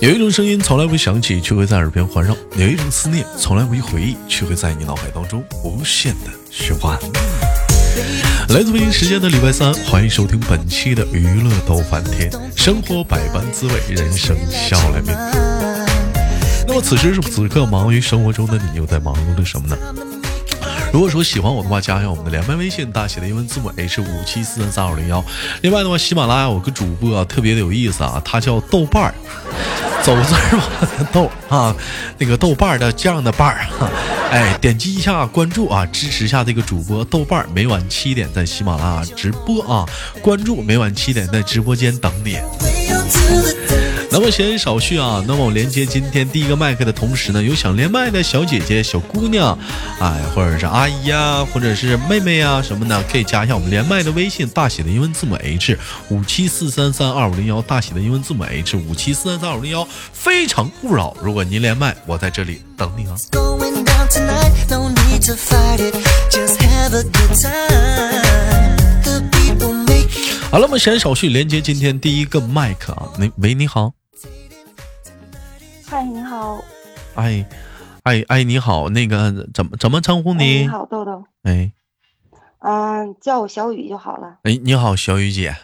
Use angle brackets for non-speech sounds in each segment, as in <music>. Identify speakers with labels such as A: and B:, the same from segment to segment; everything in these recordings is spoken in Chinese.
A: 有一种声音从来不响起，却会在耳边环绕；有一种思念从来不一回忆，却会在你脑海当中无限的循环。来自北京时间的礼拜三，欢迎收听本期的娱乐逗翻天，生活百般滋味，人生笑来面。那么此时此刻忙于生活中的你，又在忙碌着什么呢？如果说喜欢我的话，加一下我们的连麦微信，大写的英文字母 H 五七四三三二零幺。另外的话，喜马拉雅有个主播啊，特别的有意思啊，他叫豆瓣儿， <laughs> 走字儿嘛，豆啊，那个豆瓣儿的酱的瓣儿啊，哎，点击一下关注啊，支持一下这个主播豆瓣儿，每晚七点在喜马拉雅直播啊，关注每晚七点在直播间等你。那么闲言少叙啊，那么我连接今天第一个麦克的同时呢，有想连麦的小姐姐、小姑娘，哎，或者是阿姨呀、或者是妹妹呀、什么的，可以加一下我们连麦的微信，大写的英文字母 H 五七四三三二五零幺，大写的英文字母 H 五七四三三二五零幺，非诚勿扰。如果您连麦，我在这里等你啊。
B: Going down tonight, no need to fight it. Just have a good time. The beat will make you
A: 好了，我们闲言少叙，连接今天第一个麦克啊，你喂，你好，
C: 嗨，你好，
A: 哎，哎哎，你好，那个怎么怎么称呼
C: 哎你
A: 你？
C: 好，豆豆，
A: 哎。
C: 嗯、叫我小雨就好了。
A: 哎，你好，小雨姐。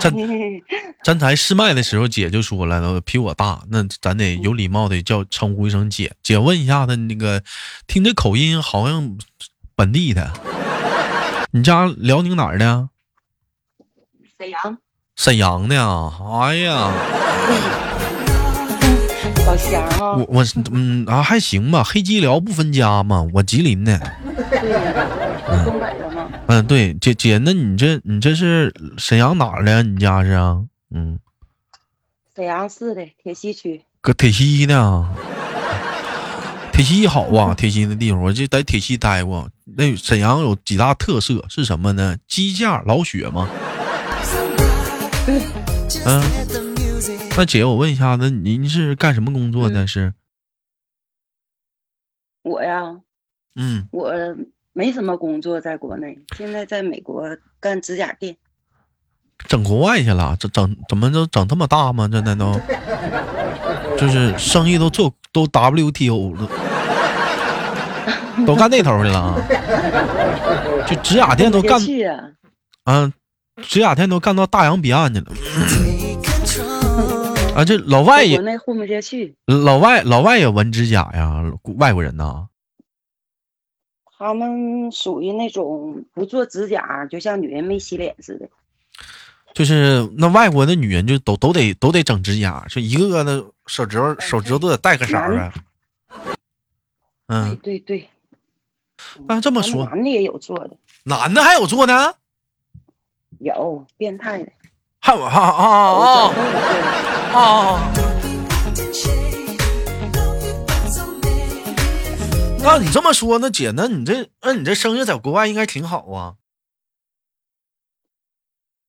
A: 咱
C: 嘿嘿嘿
A: 咱才试麦的时候，姐就说了，比我大，那咱得有礼貌的叫称呼一声姐。姐问一下她那个，听这口音好像本地的。你家辽宁哪儿的？
C: <laughs> 沈阳，
A: 沈阳的啊。哎呀，
C: 老乡啊
A: 我，我嗯啊还行吧，黑吉辽不分家嘛，我吉林的。
C: 东北的吗？
A: 嗯，对，姐姐，那你这你这是沈阳哪儿的？你家是啊？嗯，
C: 沈阳市的铁西区。
A: 搁铁西呢？铁西好啊，铁西那地方，我就在铁西待过。那沈阳有几大特色是什么呢？鸡架、老雪吗？
B: just
A: Uh.
B: let the music.
A: 那姐，我问一下，那您是干什么工作的？是，
C: 我呀，
A: 嗯，
C: 我没什么工作，在国内，现在在美国干指甲店。
A: 整国外去了，这整怎么都整这么大吗？这难道就是生意都做都 WTO 了，都干那头去了啊？就指甲店都
C: 别
A: 干，
C: 去啊！
A: 啊，指甲店都干到大洋彼岸去了
B: Take control.
A: 啊！这老外
C: 在
A: 也
C: 国内混不下去，
A: 老外老外也纹指甲呀，外国人呐，
C: 他们属于那种不做指甲，就像女人没洗脸似的。
A: 就是那外国的女人就都都得都得整指甲，就一个个的手指头手指头都得带个色儿啊。嗯，
C: 对对对。
A: 那这么
C: 咱们
A: 说
C: 男的也有做的，
A: 男的还有做呢，
C: 有变态的，
A: 还有啊啊
C: 有整容
A: 啊
C: 的
A: 啊！那你这么说，那姐，那你这那你这生意在国外应该挺好啊。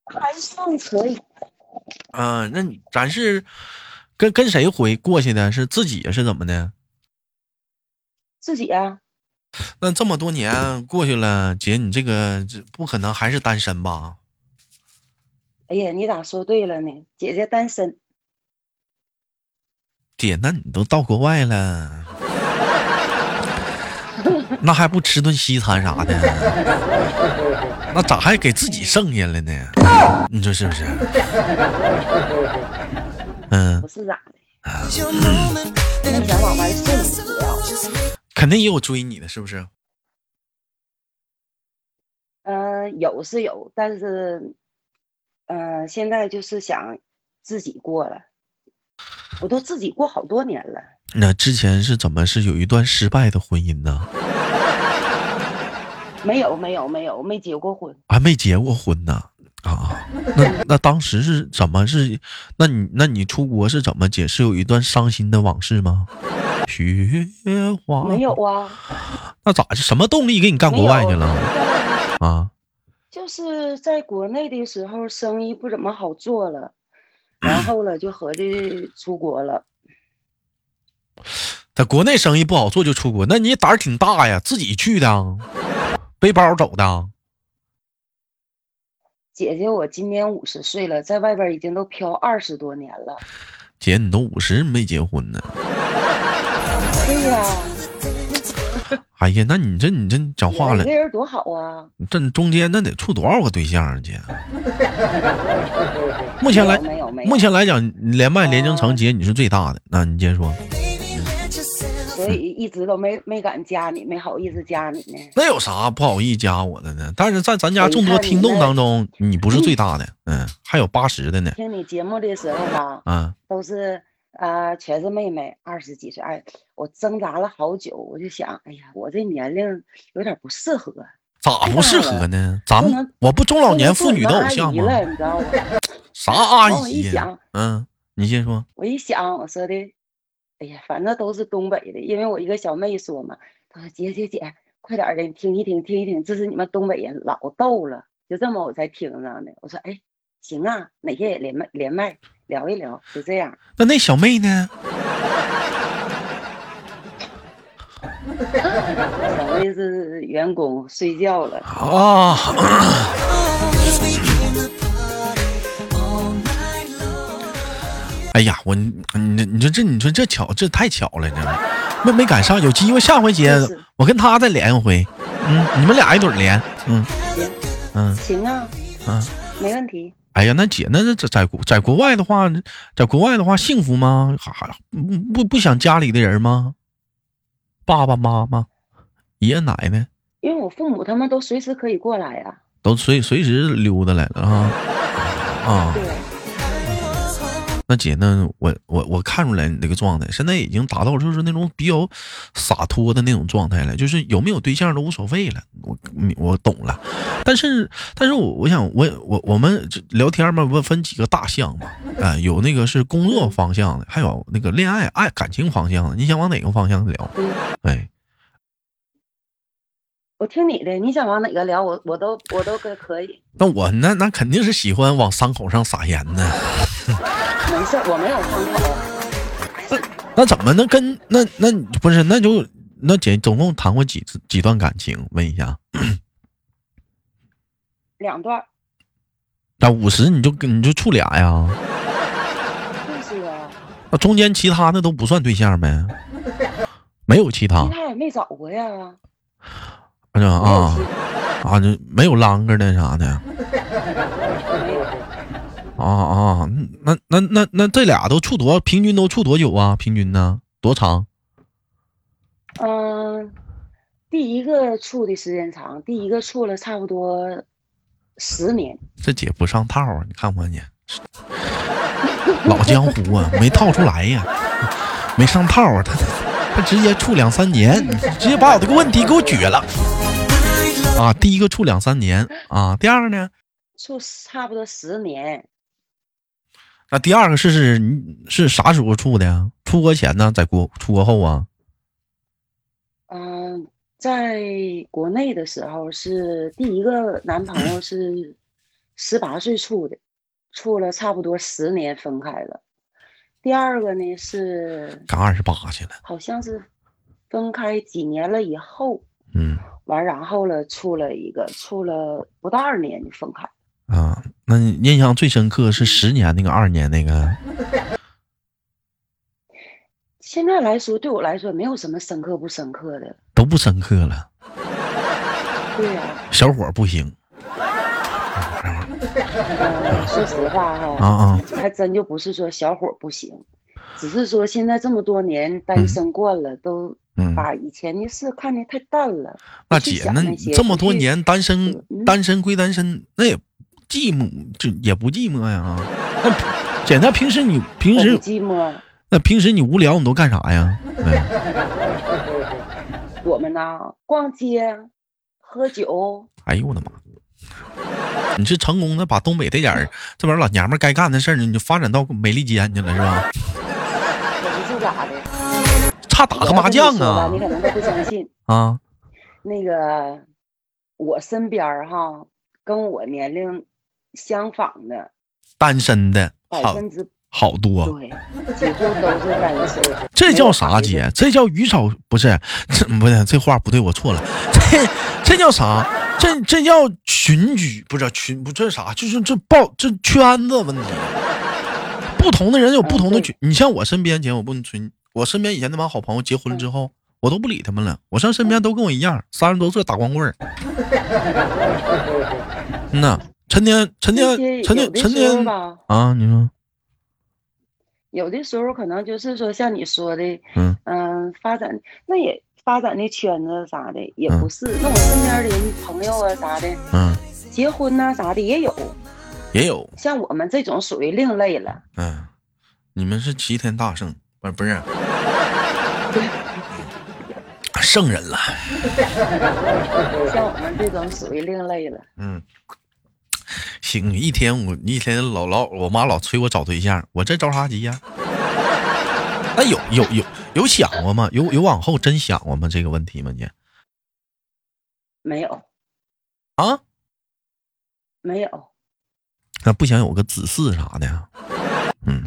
C: 还算可以。
A: 嗯、那你咱是跟跟谁回过去的？是自己呀是怎么的？
C: 自己啊，
A: 那这么多年过去了，姐，你这个这不可能还是单身吧？
C: 哎呀，你咋说对了呢？姐姐单身，
A: 姐，那你都到国外了，那还不吃顿西餐啥的？那咋还给自己剩下了呢？你说是不嗯是？嗯
C: 不，是咋的？
B: 那
C: 想往外送不要
A: 肯定也有追你的，是不是？
C: 嗯、有是有，但是，嗯，现在就是想自己过了。我都自己过好多年了，
A: 那之前是怎么是有一段失败的婚姻呢？
C: 没有没有没有，没结过婚，
A: 还没结过婚呢？啊，那那当时是怎么是？那你那你出国是怎么解释有一段伤心的往事吗？ <laughs> 雪花
C: 没有啊，
A: 那咋是什么动力给你干
C: 没
A: 国外去
C: 有。
A: 了啊？
C: 就是在国内的时候，生意不怎么好做了，然后了就合计出国了。
A: 在国内生意不好做就出国，那你也胆儿挺大呀，自己去的啊，背包走的啊。
C: 姐姐，我今年五十岁了，在外边已经都漂二十多年了。
A: 姐，你都五十没结婚呢？
C: 对呀、
A: 哎呀，那你这你这讲话了
C: 你，这人多好啊！
A: 这中间那得处多少个对象啊，姐？目前来，
C: 没有没有
A: 目前来讲，连麦连成
C: 哦
A: 长，姐你是最大的。那你接着说，
C: 所以一直都没没敢加你，没好意思加你呢。
A: 那有啥不好意思加我的呢？但是在咱家众多听众当中，你不是最大的，嗯，还有八十的呢，
C: 听你节目的时候吧，
A: 啊，
C: 都是啊、呃全是妹妹，二十几岁。哎，我挣扎了好久，我就想，哎呀，我这年龄有点不适合，
A: 咋不适合呢？咱
C: 不
A: 们
C: 能
A: 我不中老年妇女的偶像
C: 我
A: 吗
C: 都做？你当阿姨了，你知道吗？
A: 啥阿
C: 往我
A: 姨
C: 一
A: 呀
C: 想？
A: 嗯，你先说。
C: 我一想，我说的，哎呀，反正都是东北的，因为我一个小妹说嘛，她说姐姐姐，快点儿的，你听一听，听一听，这是你们东北人，老逗了，就这么我才听上的。我说，哎，行啊，哪天也连麦连麦聊一聊，就这样。
A: 那那小妹呢？
C: 小妹是员工，睡觉了。
A: 啊，哎呀，我你你你说这你说这巧这太巧了，这没没赶上，有机会下回姐
C: 就是
A: 我跟她再连一回，嗯，你们俩一对儿连，嗯嗯
C: 行啊，
A: 嗯，
C: 没问题。
A: 哎呀，那姐那这在在国在国外的话，在国外的话幸福吗？还还不不不想家里的人吗？爸爸妈妈、爷爷奶奶
C: 因为我父母他们都随时可以过来啊呀、
A: 都随随时溜达来了啊啊！
C: 对，
A: 那姐呢？我我我看出来你这个状态，现在已经达到就是那种比较洒脱的那种状态了，就是有没有对象都无所谓了。我嗯我懂了，但是但是我我想我我我们这聊天嘛，不分几个大项嘛？啊、有那个是工作方向的，还有那个恋爱爱感情方向的，你想往哪个方向聊？
C: 嗯，
A: 哎，
C: 我听你的，你想往哪个聊，我我都我都可可以，
A: 那我那那肯定是喜欢往伤口上撒盐呢。
C: 没事儿，我没有放口。
A: 那怎么能跟那那不是那就那姐总共谈过几次几段感情？问一下。
C: 两段儿，
A: 那五十你就跟你就处俩呀？
C: 就是啊，
A: 那中间其他的都不算对象呗？没有其他
C: 其，他也没找过呀。
A: 啊
C: 没有
A: 啊
C: 其他
A: 啊，这没有啷个的啥的
C: 没有，
A: 啊啊，那那那那这俩都处多，平均都处多久啊？平均呢？多长？
C: 嗯，第一个处的时间长，第一个处了差不多十年，
A: 这姐不上套啊！你看我你，老江湖啊，没套出来呀、没上套啊，他他直接处两三年，你直接把我这个问题给我撅了啊！第一个处两三年啊，第二个呢？
C: 处差不多十年，
A: 那第二个是是你是啥时候处的呀？出国前呢，在国出国后啊？
C: 嗯，在国内的时候是第一个男朋友是十八岁处的，处了差不多十年分开了。第二个呢是
A: 赶二十八去了。
C: 好像是分开几年了以后，
A: 嗯
C: 完然后了处了一个，处了不到二年就分开。
A: 啊，那你印象最深刻是十年那个，二年那个。
C: 现在来说，对我来说没有什么深刻不深刻的。
A: 都不深刻了，
C: 对呀、
A: 小伙儿不行
C: 呃说实话
A: 啊
C: 哈、
A: 啊！
C: 还真就不是说小伙儿不行，只是说现在这么多年单身惯了，都
A: 嗯，
C: 把以前的事看得太淡了。
A: 那
C: 去
A: 姐，
C: 想
A: 那
C: 那
A: 你
C: 些
A: 这么
C: 不
A: 多
C: 去
A: 年单身，
C: 嗯
A: 单身归单身，那也寂寞，这也不寂寞呀啊。那姐，那平时你平
C: 我
A: 时
C: 不寂寞，
A: 那平时你无聊你都干啥呀？
C: <laughs>
A: 哎
C: 我们呢逛街、喝酒，
A: 哎呦我的妈！你是成功的把东北这点儿这帮老娘们儿该干的事儿，你就发展到美利坚去了是吧？
C: 可不是咋的。
A: 差打
C: 我
A: 个
C: 要
A: 麻
C: 这
A: 将
C: 么说吧
A: 啊
C: 你可能都不相信。
A: 啊！
C: 那个我身边儿哈，跟我年龄相仿的
A: 单身的
C: 百
A: 好
C: 分之
A: 好多，
C: 对，几乎都是单身。
A: 这
C: 没
A: 叫
C: 有
A: 啥
C: 孩子
A: 姐？这叫鱼少不是？这不是这话不对，我错了。这这叫啥？这这叫群居不是群不这是啥？就是这抱这圈子问题，不同的人有不同的
C: 嗯对
A: 群。你像我身边，姐，我不存，我身边以前那帮好朋友结婚了之后，我都不理他们了。我上身边都跟我一样，三十多岁打光棍儿。 <laughs> 嗯呐，成天成
C: 这
A: 天
C: 些
A: 成
C: 有
A: 天
C: 的
A: 成
C: 时候
A: 天
C: 吧，
A: 啊，你说，
C: 有的时候可能就是说像你说的，
A: 嗯
C: 嗯、发展那也发展的圈子啥的也
A: 嗯
C: 不是。那我身边的人朋友啊啥的，
A: 嗯，
C: 结婚呐、啥的也有，
A: 也有
C: 像我们这种属于另类了。
A: 嗯，你们是齐天大圣，不是不是， <laughs> 圣人了。
C: 像我们这种属于另类了，
A: 嗯，行，一天我一天老老我妈老催我找对象，我这着啥急呀、那有有有有想过吗？有有往后真想过吗？这个问题吗？你
C: 没有
A: 啊，
C: 没有，
A: 那不想有个子嗣啥的呀？嗯，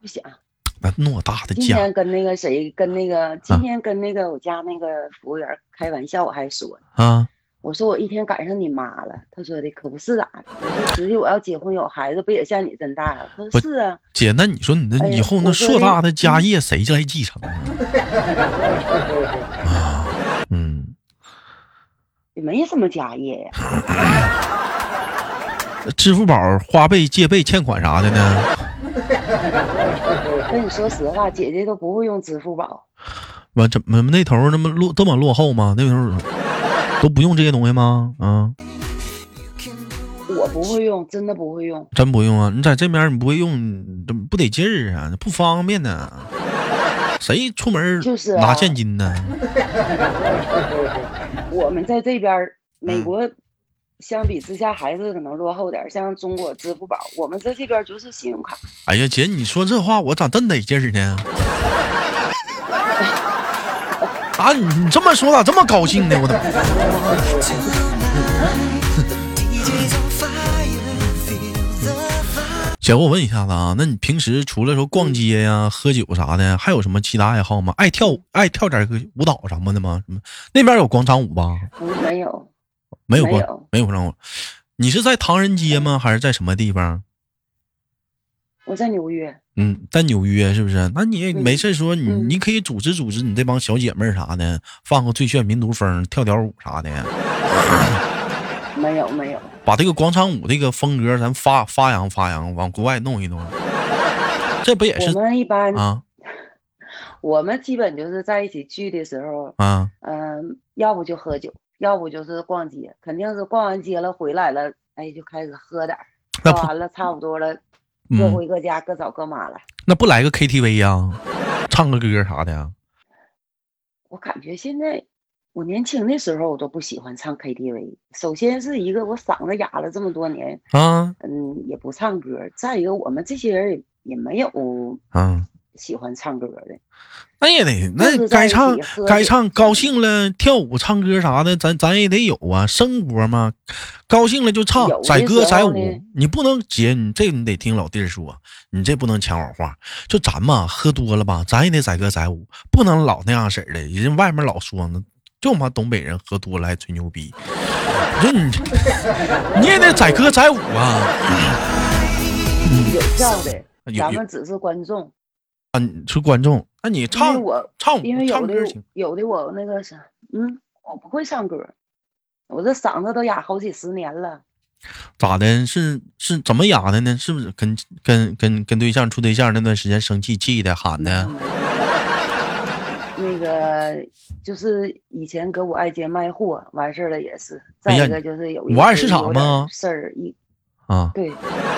C: 不想。
A: 那偌大的
C: 今
A: 家
C: 天跟那个谁，跟那个今
A: 啊
C: 天跟那个我家那个服务员开玩笑，我还说呢
A: 啊，
C: 我说我一天赶上你妈了，他说的可不是咋的，我说实际我要结婚有孩子，不也像你真大呀？他
A: 不
C: 说是啊，
A: 姐，那你说你那
C: 哎呀
A: 以后那
C: 我嗯说
A: 硕
C: 这
A: 大的家业谁来继承啊？啊，嗯。
C: 也没什么家业呀，
A: 支付宝、花呗、借呗、欠款啥的呢？
C: 跟你说实话，姐姐都不会用支付宝，
A: 完怎么那头那么落这么落后吗？那头都不用这些东西吗？啊，
C: 我不会用，真的不会用。 <laughs>
A: 真不用啊！你在这边你不会用，这不得劲儿啊，不方便呢、谁出门
C: 就是啊
A: 拿现金呢？
C: 我们在这边儿，美
A: 嗯
C: 国相比之下还是可能落后点儿，像中国支付宝，我们在这边儿就是信用卡。
A: 哎呀，姐，你说这话我咋真得劲儿呢？ <laughs> 啊，你你这么说咋这么高兴呢？我怎么？ <laughs> 姐，我问一下子啊，那你平时除了说逛街呀、喝酒啥的，还有什么其他爱好吗？爱跳舞，爱跳点个舞蹈什么的吗？什么？那边有广场舞吧？
C: 不，嗯没有，
A: 没有
C: 没
A: 广，
C: 有
A: 没有广场舞。你是在唐人街吗？还是在什么地方？
C: 我在纽约，
A: 嗯，在纽约是不是？那你也
C: 嗯
A: 没事说你，
C: 嗯
A: 你可以组织组织你这帮小姐妹儿啥的，放个最炫民族风，跳点舞啥的，
C: 没有，没有。
A: 把这个广场舞这个风格咱发发扬发扬，往国外弄一弄。这不也
C: 我
A: 是
C: 们一般，
A: 啊
C: 我们基本就是在一起聚的时候，
A: 啊？
C: 嗯，要不就喝酒，要不就是逛街，肯定是逛完街了回来了，哎，就开始喝点儿，
A: 那
C: 喝
A: 不
C: 完了差不多了，各
A: 嗯，
C: 回各家，各找各妈了。
A: 那不来个 KTV 呀、唱个歌啥的呀？
C: 我感觉现在我年轻的时候，我都不喜欢唱 KTV。首先是一个我嗓子哑了这么多年，
A: 啊
C: 嗯，也不唱歌儿；再一个，我们这些人也也没有
A: 啊，
C: 喜欢唱歌儿的。
A: 那也得，
C: 就
A: 那
C: 是在
A: 该
C: 一起
A: 唱
C: 喝
A: 该
C: 酒
A: 唱，高兴了跳舞唱歌啥的，咱咱也得有啊，生活嘛，高兴了就唱
C: 有，的
A: 载歌
C: 时候
A: 载
C: 呢
A: 舞，你不能姐，你这你得听老弟儿说，你这不能抢我话，就咱嘛喝多了吧，咱也得载歌载舞，不能老那样式儿的，人外面老说呢。就我妈东北人喝多了还吹牛逼，你说你，你也得载歌载舞啊！
C: 有票的，
A: 有
C: 咱
A: 有
C: 们只是观众。
A: 啊，你是观众，那你
C: 因为
A: 唱
C: 我
A: 唱
C: 因为
A: 舞
C: 有
A: 唱
C: 的
A: 歌行。
C: 有的我那个啥，嗯，我不会唱歌儿，我这嗓子都哑好几十年了。
A: 咋的？是是怎么哑的呢？是不是跟跟跟跟对象处对象那段时间生气气的喊的？
C: 嗯 <laughs> 那个就是以前搁我爱街卖货完事儿了也是，
A: 哎
C: 再
A: 呀
C: 一个就是有一
A: 五二
C: 次
A: 市场
C: 有点
A: 吗
C: 事儿一
A: 啊
C: 对，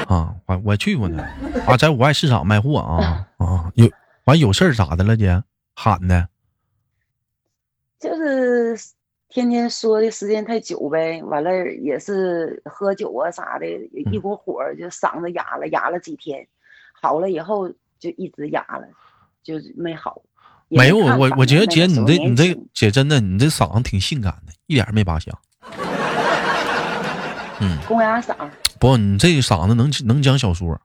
A: 啊！我我去过呢，啊，在五爱市场卖货啊啊！有完有事儿咋的了姐？喊的
C: 就是天天说的时间太久呗，完了也是喝酒啊啥的，
A: 嗯
C: 一股火儿就嗓子哑了，哑了几天，好了以后就一直哑了，就是没好。也
A: 没有我
C: 看
A: 我
C: 反
A: 我觉
C: 正
A: 得姐
C: 那个
A: 你这
C: 时候年
A: 你这
C: 轻
A: 姐真的你这嗓子挺性感的，一点儿没拔响。嗯，
C: 公鸭嗓儿，
A: 不，你这嗓子能能讲小说。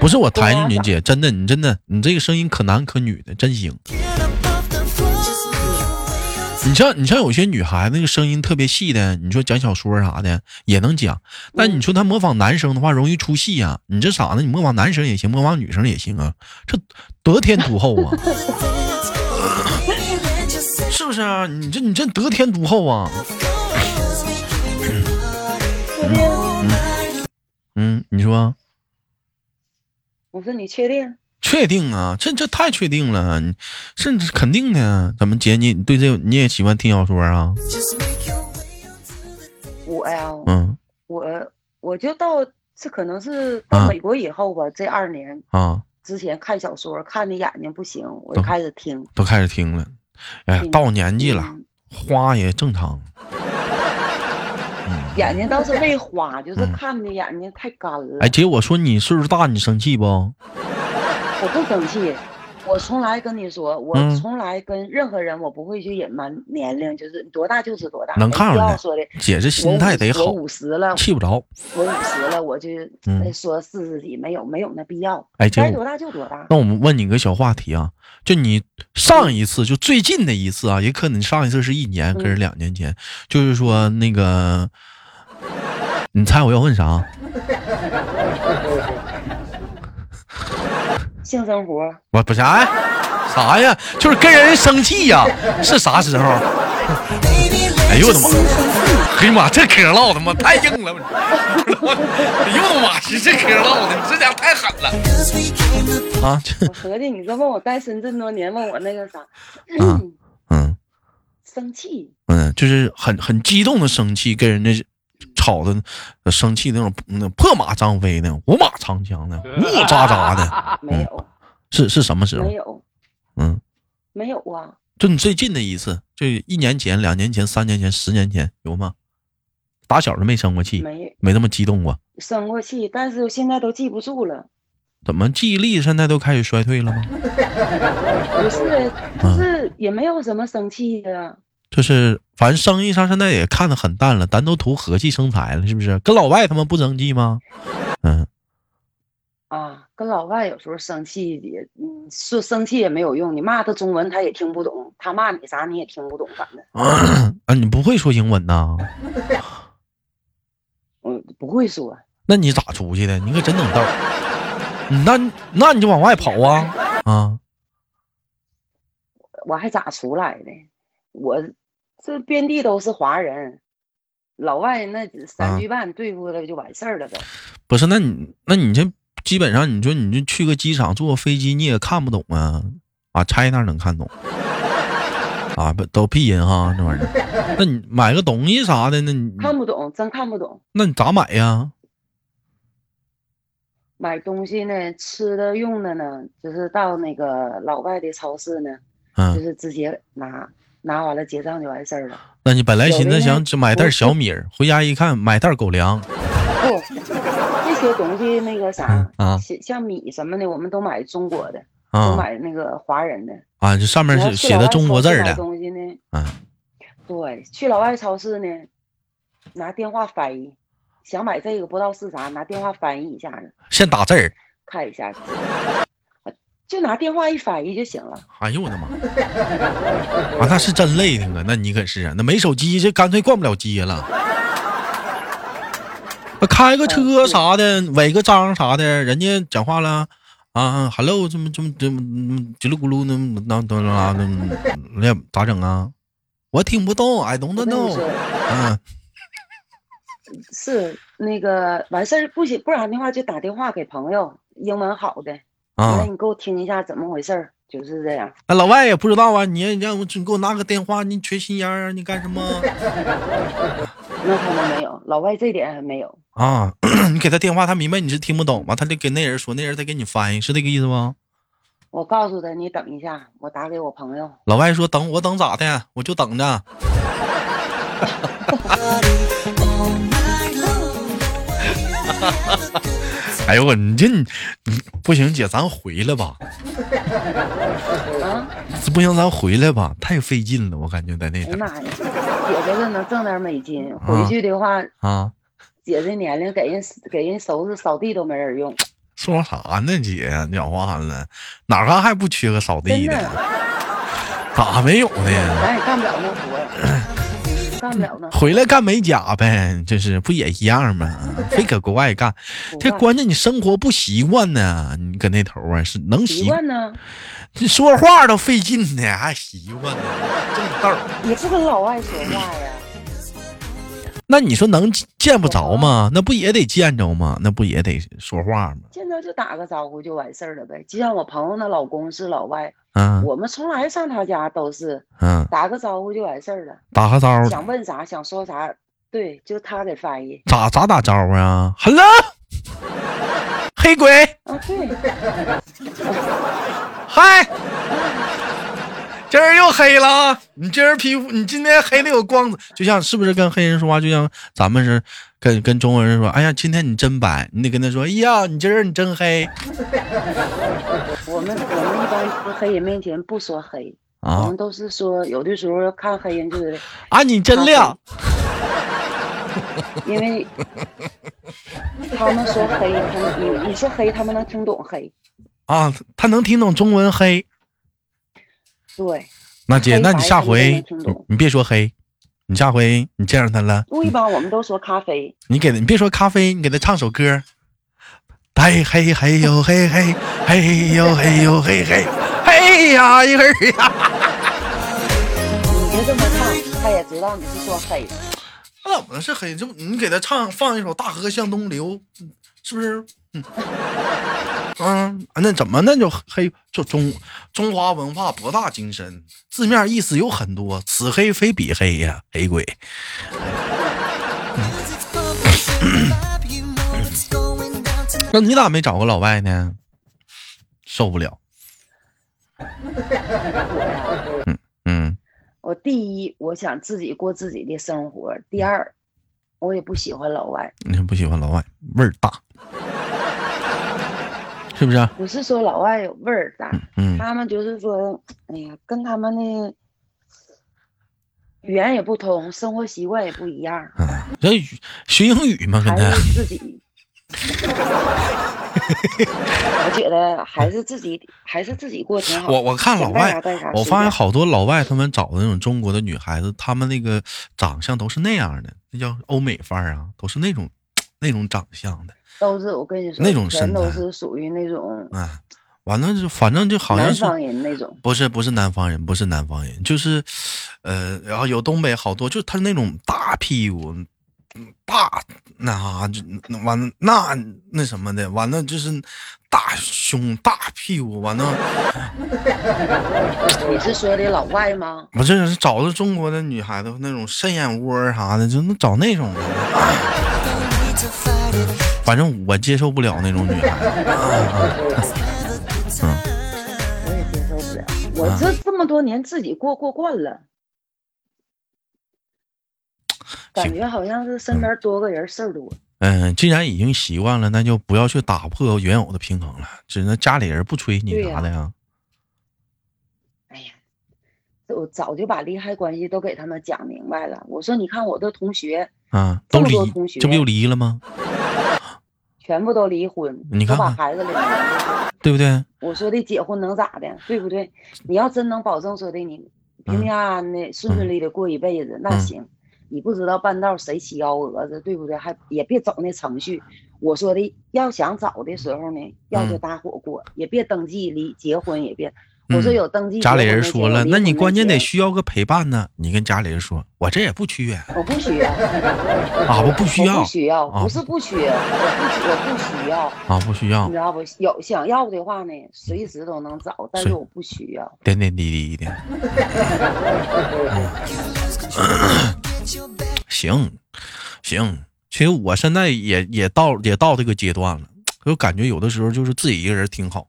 A: 不是我抬举你姐，真的你真的你这个声音可男可女的，真行。
B: Get up off the floor. Just me and
A: 你像你像有些女孩子那个声音特别细的，你说讲小说啥的也能讲，但你说她模仿男生的话容易出戏呀、你这咋的？你模仿男生也行，模仿女生也行啊，这得天独厚啊，是不是啊？你这你这得天独厚啊。
C: 确定？
A: 嗯，你说
C: 我说你确定？
A: 确定啊？这这太确定了，你是这肯定的。怎么姐，你对这你也喜欢听小说啊？
C: 我呀，
A: 嗯
C: 我我就到这可能是
A: 啊
C: 到美国以后吧，这二年
A: 啊，
C: 之前看小说看的眼睛不行，我就
A: 懂
C: 开始听。
A: 都开始听了。哎，
C: 嗯
A: 到年纪了
C: 嗯，
A: 花也正常。
C: 眼睛倒是没花，就是
A: 嗯
C: 看的眼睛太干了。
A: 哎，姐，我说你岁数大，你生气不？
C: 我不生气，我从来跟你说，我
A: 嗯
C: 从来跟任何人我不会去隐瞒年龄，就是多大就是多大。哎
A: 能看出
C: 不
A: 来
C: 要说的，
A: 姐这心态得
C: 我
A: 好，
C: 五十了，
A: 气不着。
C: 我五十了，我就
A: 嗯
C: 哎说四十几没有没有那必要，
A: 哎，姐，
C: 该多
A: 我
C: 大就多大。
A: 那我们问你个小话题啊，就你上一次，就最近的一次啊，也可能上一次是一年，可是两年
C: 嗯
A: 前，就是说那个，你猜我要问啥？
C: 性生活，
A: 我不是哎，啥呀？就是跟人生气呀、是啥时候？哎呦我的妈！哎呀妈，这嗑唠的妈太硬了！ <laughs> 哎呦我的妈，这嗑唠的，你这家伙太狠了啊！这
C: 我合计你这问我在深圳多年，问我那个啥，
A: 啊嗯
C: 生气，
A: 嗯，就是很很激动的生气，跟人家吵的呃生气那种那破马张飞的，五马长枪的，呜呜喳喳的，
C: 没有，
A: 是是什么时候
C: 没？有，
A: 嗯。
C: 没有啊，
A: 就你最近的一次，就一年前、两年前、三年前、十年前有吗？打小就没生过气，
C: 没
A: 没那么激动过，
C: 生过气，但是现在都记不住了。
A: 怎么记忆力现在都开始衰退了吗？嗯
C: 不是，就是也没有什么生气的，
A: 就是反正生意上现在也看得很淡了，咱都图和气生财了，是不是？跟老外他们不争气吗？嗯， <coughs>
C: 啊，跟老外有时候生气也，嗯，说生气也没有用，你骂他中文他也听不懂，他骂你啥你也听不懂，反正
A: 啊，你不会说英文呐？
C: 嗯不会说，
A: 那你咋出去的？你可真能逗。 <laughs> 那那你就往外跑啊啊！
C: 我还咋出来的？我这遍地都是华人，老外那
A: 啊
C: 三句半对付了就完事儿了呗。
A: 不是，那你那你这基本上，你说你就去个机场坐个飞机，你也看不懂啊啊，China 能看懂 <laughs> 啊？不都屁人哈，这玩意儿。那你买个东西啥的，那你
C: 看不懂，真看不懂。
A: 那你咋买呀？
C: 买东西呢，吃的用的呢，就是到那个老外的超市呢，就
A: 嗯，
C: 是直接拿，拿完了结账就完事儿了。
A: 那你本来寻
C: 有
A: 思
C: 的
A: 想
C: 呢
A: 只买袋
C: 我
A: 小米儿，回家一看买袋狗粮，
C: 不，哦这些东西那个啥，
A: 嗯啊
C: 像像米什么的，我们都买中国的，都
A: 啊
C: 买那个华人的。
A: 啊，这上面
C: 你要
A: 是
C: 去
A: 写
C: 老
A: 的
C: 外
A: 中国
C: 超
A: 字
C: 市
A: 儿
C: 买
A: 的，
C: 东西呢，
A: 嗯
C: 对，去老外超市呢，拿电话翻译，想买这个不知道是啥，拿电话翻译一下子，
A: 先打字儿。
C: 看一下， <laughs> 就拿电话一翻译就行了。
A: 哎呦我的妈！啊，那是真累挺啊，那你可是啊，那没手机这干脆逛不了街了。那开个车啥的，违个章啥的，人家讲话了啊，hello，这么这么这么嗯叽里咕噜，那那那那那那咋整啊？我听不懂，I don't
C: 我跟你 <laughs>
A: know
C: 说。，
A: 嗯，
C: 是那个完事儿不行，不然的话就打电话给朋友，英文好的，
A: 啊
C: 来，你给我听一下怎么回事儿，就是这样。
A: 那老外也不知道啊，你你让我你给我拿个电话，你缺心眼儿啊，你干什么？
C: 那他们没有，老外这点还没有。
A: 啊， <clears throat> 你给他电话，他明白你是听不懂吗？他得给那人说，那人再给你翻译，是这个意思吗？
C: 我告诉他，你等一下，我打给我朋友。
A: 老外说等我等咋的，我就等着。 <laughs> 哎呦我，你这你你不行，姐，咱回来吧，
C: 啊，
A: 不行，咱回来吧，太费劲了，我感觉在那
C: 哎呀
A: 头
C: 妈呀，姐姐这能挣点美金，回去的话，
A: 啊，
C: 姐这年龄给人给人收拾扫地都没人用，
A: 说啥呢，姐，你讲话呢，哪嘎还不缺个扫
C: 真
A: 地
C: 的啊
A: 的？咋没有呢？
C: 咱也干不了那活儿，干不了那活
A: 回来干美甲呗，这是不也一样 <laughs> 吗？非搁国外干，
C: 儿。
A: 这
C: 不干
A: 关键你生活不习惯呢，你搁那头啊是能
C: 习
A: 习
C: 惯呢，
A: 你说话都费劲呢，还习惯呢，这么逗儿。
C: 你不跟老外说话呀？
A: 那你说能见不着吗？那不也得见着吗？那不也得说话吗？
C: 见着就打个招呼就完事儿了呗。就像我朋友那老公是老外，
A: 嗯
C: 我们从来上他家都是
A: 嗯，
C: 打个招呼就完事儿了，
A: 打个招儿，
C: 想问啥想说啥，对，就他得翻译
A: 咋咋打招呼啊？Hello，黑鬼，
C: 啊，对，
A: 嗨，今儿又黑了啊！你今儿皮肤，你今天黑的有光泽，就像是不是跟黑人说话，就像咱们是跟跟中国人说，哎呀，今天你真白，你得跟他说，哎呀，你今儿你真黑
C: 我们我们一般在黑人面前不说黑，我
A: 啊
C: 们都是说有的时候看黑人就是
A: 啊，你真亮。
C: 因为他们说黑，他们你你说黑，他们能听懂黑，
A: 啊，他能听懂中文黑。
C: 对，
A: 那姐，
C: 黑
A: 那
C: 白
A: 你下
C: 他们都能
A: 回
C: 听
A: 你
C: 懂
A: 你别说黑，你下回你见着他了，
C: 一般我们都说咖啡，
A: 你给他你别说咖啡，你给他唱首歌。嘿嘿嘿呦嘿嘿嘿呦嘿呦嘿嘿嘿呀一会儿呀，
C: 你就这么唱，他也知道你是说黑。
A: 那怎么是黑？这不你给他唱放一首《大河向东流》，嗯是不是？嗯，嗯，那怎么那就黑？就中中华文化博大精深，字面意思有很多，此黑非彼黑呀，黑鬼。那你咋没找个老外呢？受不了。嗯嗯
C: 我第一，我想自己过自己的生活；第二，我也不喜欢老外。
A: 你不喜欢老外，味儿大， <laughs> 是不是？
C: 不是说老外有味儿大，
A: 嗯
C: 他们就是说，哎呀，跟他们的语言也不通，生活习惯也不一样，
A: 啊，这语学英语嘛，跟
C: 还
A: 他
C: 是自
A: <laughs>
C: 己。我觉得还是自己，还是自己过挺好。
A: 我我看老
C: 想
A: 外
C: 干啥干啥，
A: 我
C: 随
A: 发现
C: 便
A: 好多老外他们找的那种中国的女孩子，她们那个长相都是那样的，那叫欧美范儿啊，都是那种那种长相的
C: 都是我跟你说，
A: 那种
C: 全
A: 身
C: 都
A: 材
C: 是属于那种
A: 啊。完了就反正就好像
C: 南
A: 是
C: 方人那种。
A: 不是不是南方人，不是南方人，就是，呃，然后有东北好多，就是他那种大屁股，嗯大那啥就那完了那那什么的，完了就是大胸大屁股，完了
C: 你是说的老外吗？
A: 不是找的中国的女孩子那种深眼窝儿啥的，就能找那种的，反正我接受不了那种女孩子。
C: 我也接受不了。我
A: 啊
C: 这这么多年自己过过惯了，感觉好像是身边多个人事儿多。
A: 嗯、既然已经习惯了，那就不要去打破原有的平衡了。只能家里人不催你
C: 对
A: 啥
C: 呀
A: 的呀，
C: 哎呀，这我早就把利害关系都给他们讲明白了。我说，你看我的同学
A: 啊，
C: 这
A: 都
C: 么
A: 离
C: 多同，学
A: 这不就离了吗？
C: 全部都离婚，
A: 你看
C: 都把
A: 看
C: 孩子领了。
A: 对不对？
C: 我说的结婚能咋的，对不对？你要真能保证说的你平平安安的、顺顺利利过一辈子，那
A: 嗯
C: 行。你不知道半道谁起幺蛾子，对不对？还也别整那程序。我说的，要想早的时候呢，要就
A: 嗯
C: 搭伙过，也别登记离结婚，也别。我说
A: 嗯
C: 有登记，
A: 家里
C: 结婚
A: 人
C: 没
A: 说
C: 结
A: 了，
C: 离
A: 那你
C: 婚没
A: 关键
C: 结
A: 得需要个陪伴呢。你跟家里人说，我这也不缺
C: 我不
A: <laughs>
C: 需要，
A: 啊，不不需
C: 我
A: 要
C: 不需要，
A: 啊
C: 不是不缺，我不需我不需要，
A: 啊，不需要
C: 你知，道不？有想要的话呢，随时都能找，但
A: 是
C: 是我不需要。
A: 点点滴滴的。行，行，其实我现在也也到也到这个阶段了，就感觉有的时候就是自己一个人挺好。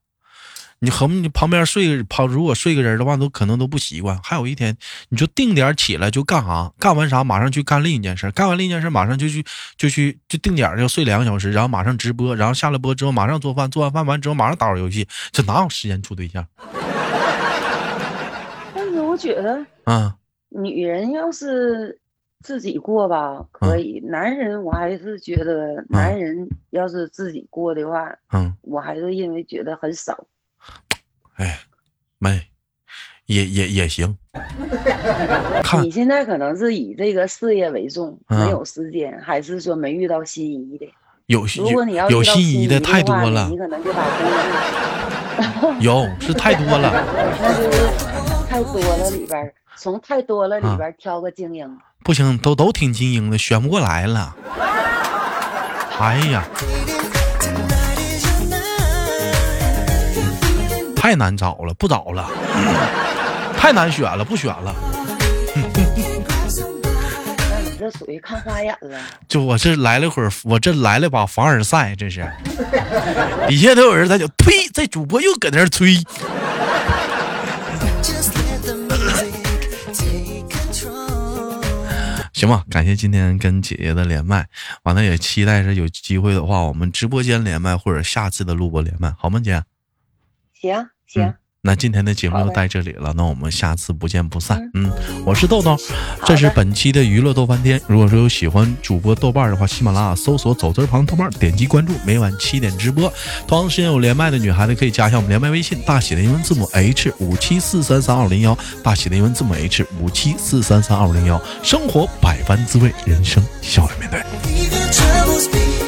A: 你和你旁边睡个旁，如果睡个人的话，都可能都不习惯。还有一天，你就定点儿起来就干啥，干完啥马上去干另一件事，干完另一件事马上就去就去就定点儿就睡两个小时，然后马上直播，然后下了播之后马上做饭，做完饭完之后马上打会儿游戏，这哪有时间处对象
C: 但是我觉得
A: 啊？
C: 女人要是自己过吧，可
A: 嗯
C: 以；男人，我还是觉得男人要是自己过的话，
A: 嗯，
C: 我还是因为觉得很少。
A: 哎，妹，也也也行。 <laughs> 看
C: 你现在可能是以这个事业为重，
A: 嗯
C: 没有时间，还是说没遇到心仪的？
A: 有
C: 如果你要
A: 有有
C: 遇到
A: 心仪
C: 的
A: 的太多
C: 话
A: 了
C: 你，可能就把工作
A: 有是太多了，
C: 那就是太多了里边儿，从太多了
A: 嗯
C: 里边儿挑个精英。
A: 不行，都都挺精英的，选不过来了。哎呀，
B: Tonight is your night. You're feeling
A: 太难找了，不找了， <laughs> 太难选了，不选了。
B: can grab somebody.
C: 那你这属于看花眼了，
A: 就我这来了会儿，我这来了把凡尔赛，这是底下都有人在讲，呸！这主播又搁那儿吹，
B: Just let the music take control.
A: 行吧？感谢今天跟姐姐的连麦，完了也期待着有机会的话，我们直播间连麦或者下次的录播连麦，好吗，姐？
C: 行行。
A: 嗯那今天的节目
C: 好
A: 就
C: 的
A: 到这里了，那我们下次不见不散。嗯，我是豆豆，这
C: 的
A: 是本期的娱乐豆翻天。如果说有喜欢主播豆瓣儿的话，喜马拉雅搜索“走字儿旁豆瓣儿”，点击关注，每晚七点直播。同样时间有连麦的女孩子可以加一下我们连麦微信，大写的英文字母 H 五七四三三二零幺，大写的英文字母 H 五七四三三二零幺。生活百般滋味，人生笑着面对。
B: Leave your troubles behind.